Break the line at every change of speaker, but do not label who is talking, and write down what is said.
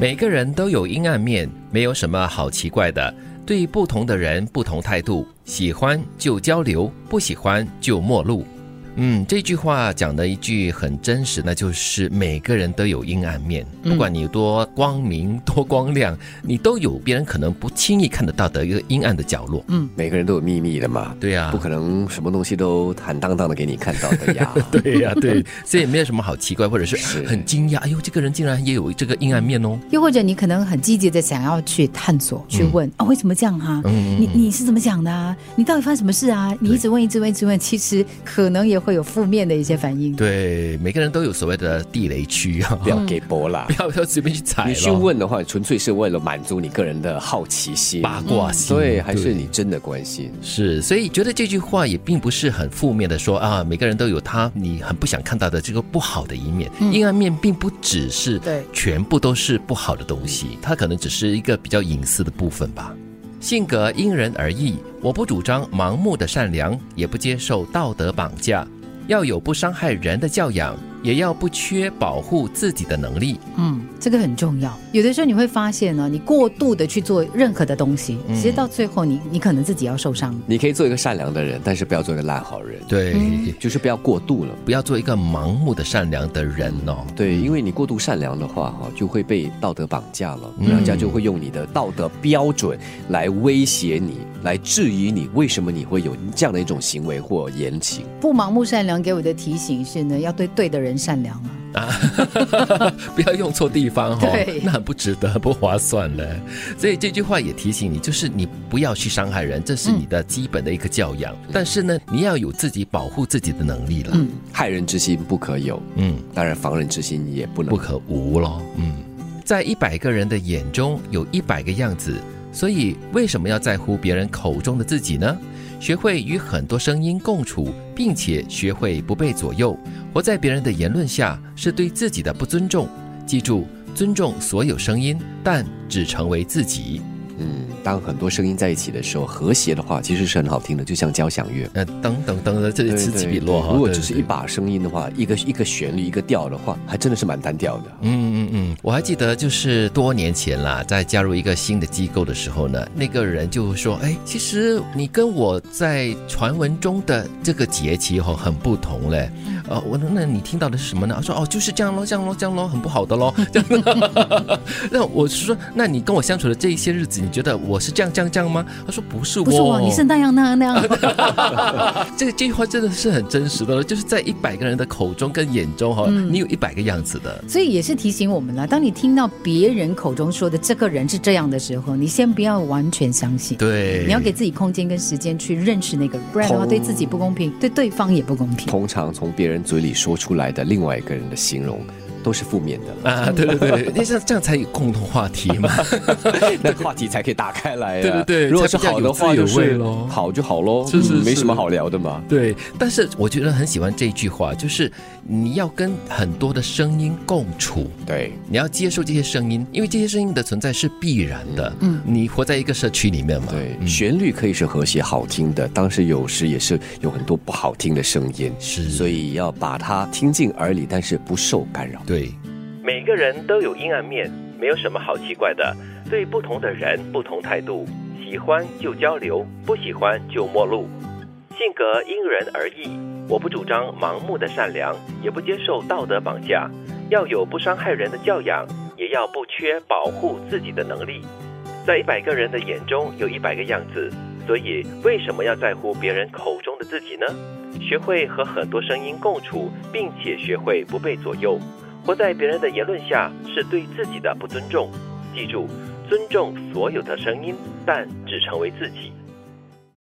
每个人都有阴暗面，没有什么好奇怪的。对不同的人不同态度，喜欢就交流，不喜欢就陌路。嗯，这句话讲的一句很真实，那就是每个人都有阴暗面，不管你有多光明、多光亮，你都有别人可能不轻易看得到的一个阴暗的角落。
每个人都有秘密的嘛，
对啊呀、
不可能什么东西都坦荡荡的给你看到的呀。
对呀、对，所以没有什么好奇怪，或者是
是
很惊讶，哎呦，这个人竟然也有这个阴暗面哦。
又或者你可能很积极的想要去探索，去问啊、为什么这样哈、
嗯
你你是怎么想的啊？你到底发生什么事啊？你一直问，一直问，一直问，其实可能也会有负面的一些反应。
对，每个人都有所谓的地雷区啊，
不要给博啦
不，要 不要随便去踩咯
你去问的话，纯粹是为了满足你个人的好奇心、
八卦心，
对，还是你真的关心。
是，所以觉得这句话也并不是很负面的说啊，每个人都有他你很不想看到的这个不好的一面，
嗯
阴暗面并不只是
对
全部都是不好的东
嗯
西，它可能只是一个比较隐私的部分吧。性格因人而异，我不主张盲目的善良，也不接受道德绑架，要有不伤害人的教养，也要不缺保护自己的能力。
嗯，这个很重要。有的时候你会发现哦呢，你过度的去做任何的东西，
嗯
其实到最后你你可能自己要受伤。
你可以做一个善良的人，但是不要做一个烂好人，
对，
就是不要过度了。
不要做一个盲目的善良的人哦。
对，因为你过度善良的话，哈，就会被道德绑架了，
嗯
人家就会用你的道德标准来威胁你，来质疑你为什么你会有这样的一种行为或言行。
不盲目善良给我的提醒是呢，要对对的人善良啊。
啊 不要用错地方哦
对，
那很不值得，不划算了。所以这句话也提醒你，就是你不要去伤害人，这是你的基本的一个教养。但是呢，你要有自己保护自己的能力了，嗯
害人之心不可有，当然防人之心也不能
不可无咯，嗯。在一百个人的眼中有一百个样子，所以为什么要在乎别人口中的自己呢？学会与很多声音共处，并且学会不被左右，活在别人的言论下是对自己的不尊重。记住，尊重所有声音，但只成为自己。
嗯，当很多声音在一起的时候，和谐的话其实是很好听的，就像交响乐。
呃，等等等等，这里此起彼落哈。
如果
对
只是
对
一把声音的话，一个一个旋律一个调的话，还真的是蛮单调的。
嗯嗯嗯，我还记得就是多年前啦，在加入一个新的机构的时候呢，那个人就说：“哎，其实你跟我在传闻中的这个节气吼很不同嘞。”
嗯
呃，我说：“那你听到的是什么呢？”他说：“哦，就是这样咯，这样咯，这样咯，很不好的咯。”这样。那我说：“那你跟我相处的这一些日子，你觉得我是这样这样这样吗？”他说：“不是我，哦啊
不是哦我，你是那样那样那样。
这这句话真的是很真实的了，就是在一百个人的口中跟眼中哈，
嗯
你有一百个样子的。”
所以也是提醒我们了，当你听到别人口中说的这个人是这样的时候，你先不要完全相信。
对，
你要给自己空间跟时间去认识那个人，不然的话
同
对自己不公平，对对方也不公平。
通常从别人嘴里说出来的另外一个人的形容，都是负 面的了，
啊，对对 对，那这样这样才有共同话题嘛。
那话题才可以打开来、啊。
对对对
如果
才
是
比较
好的话，
有
就
滋有味
是
咯
好就好喽，
是是
嗯没
是
什么好聊的嘛。
对，但是我觉得很喜欢这一句话，就是你要跟很多的声音共处，
对，
你要接受这些声音，因为这些声音的存在是必然的。
嗯，
你活在一个社区里面嘛。
对，
嗯
旋律可以是和谐好听的，但是有时也是有很多不好听的声音，
是
所以要把它听进耳里，但是不受干扰。
对，每个人都有阴暗面，没有什么好奇怪的。对不同的人不同态度，喜欢就交流，不喜欢就陌路。性格因人而异，我不主张盲目的善良，也不接受道德绑架，要有不伤害人的教养，也要不缺保护自己的能力。在一百个人的眼中有一百个样子，所以为什么要在乎别人口中的自己呢？学会和很多声音共处，并且学会不被左右。活在别人的言论下是对自己的不尊重。记住，尊重所有的声音，但只成为自己。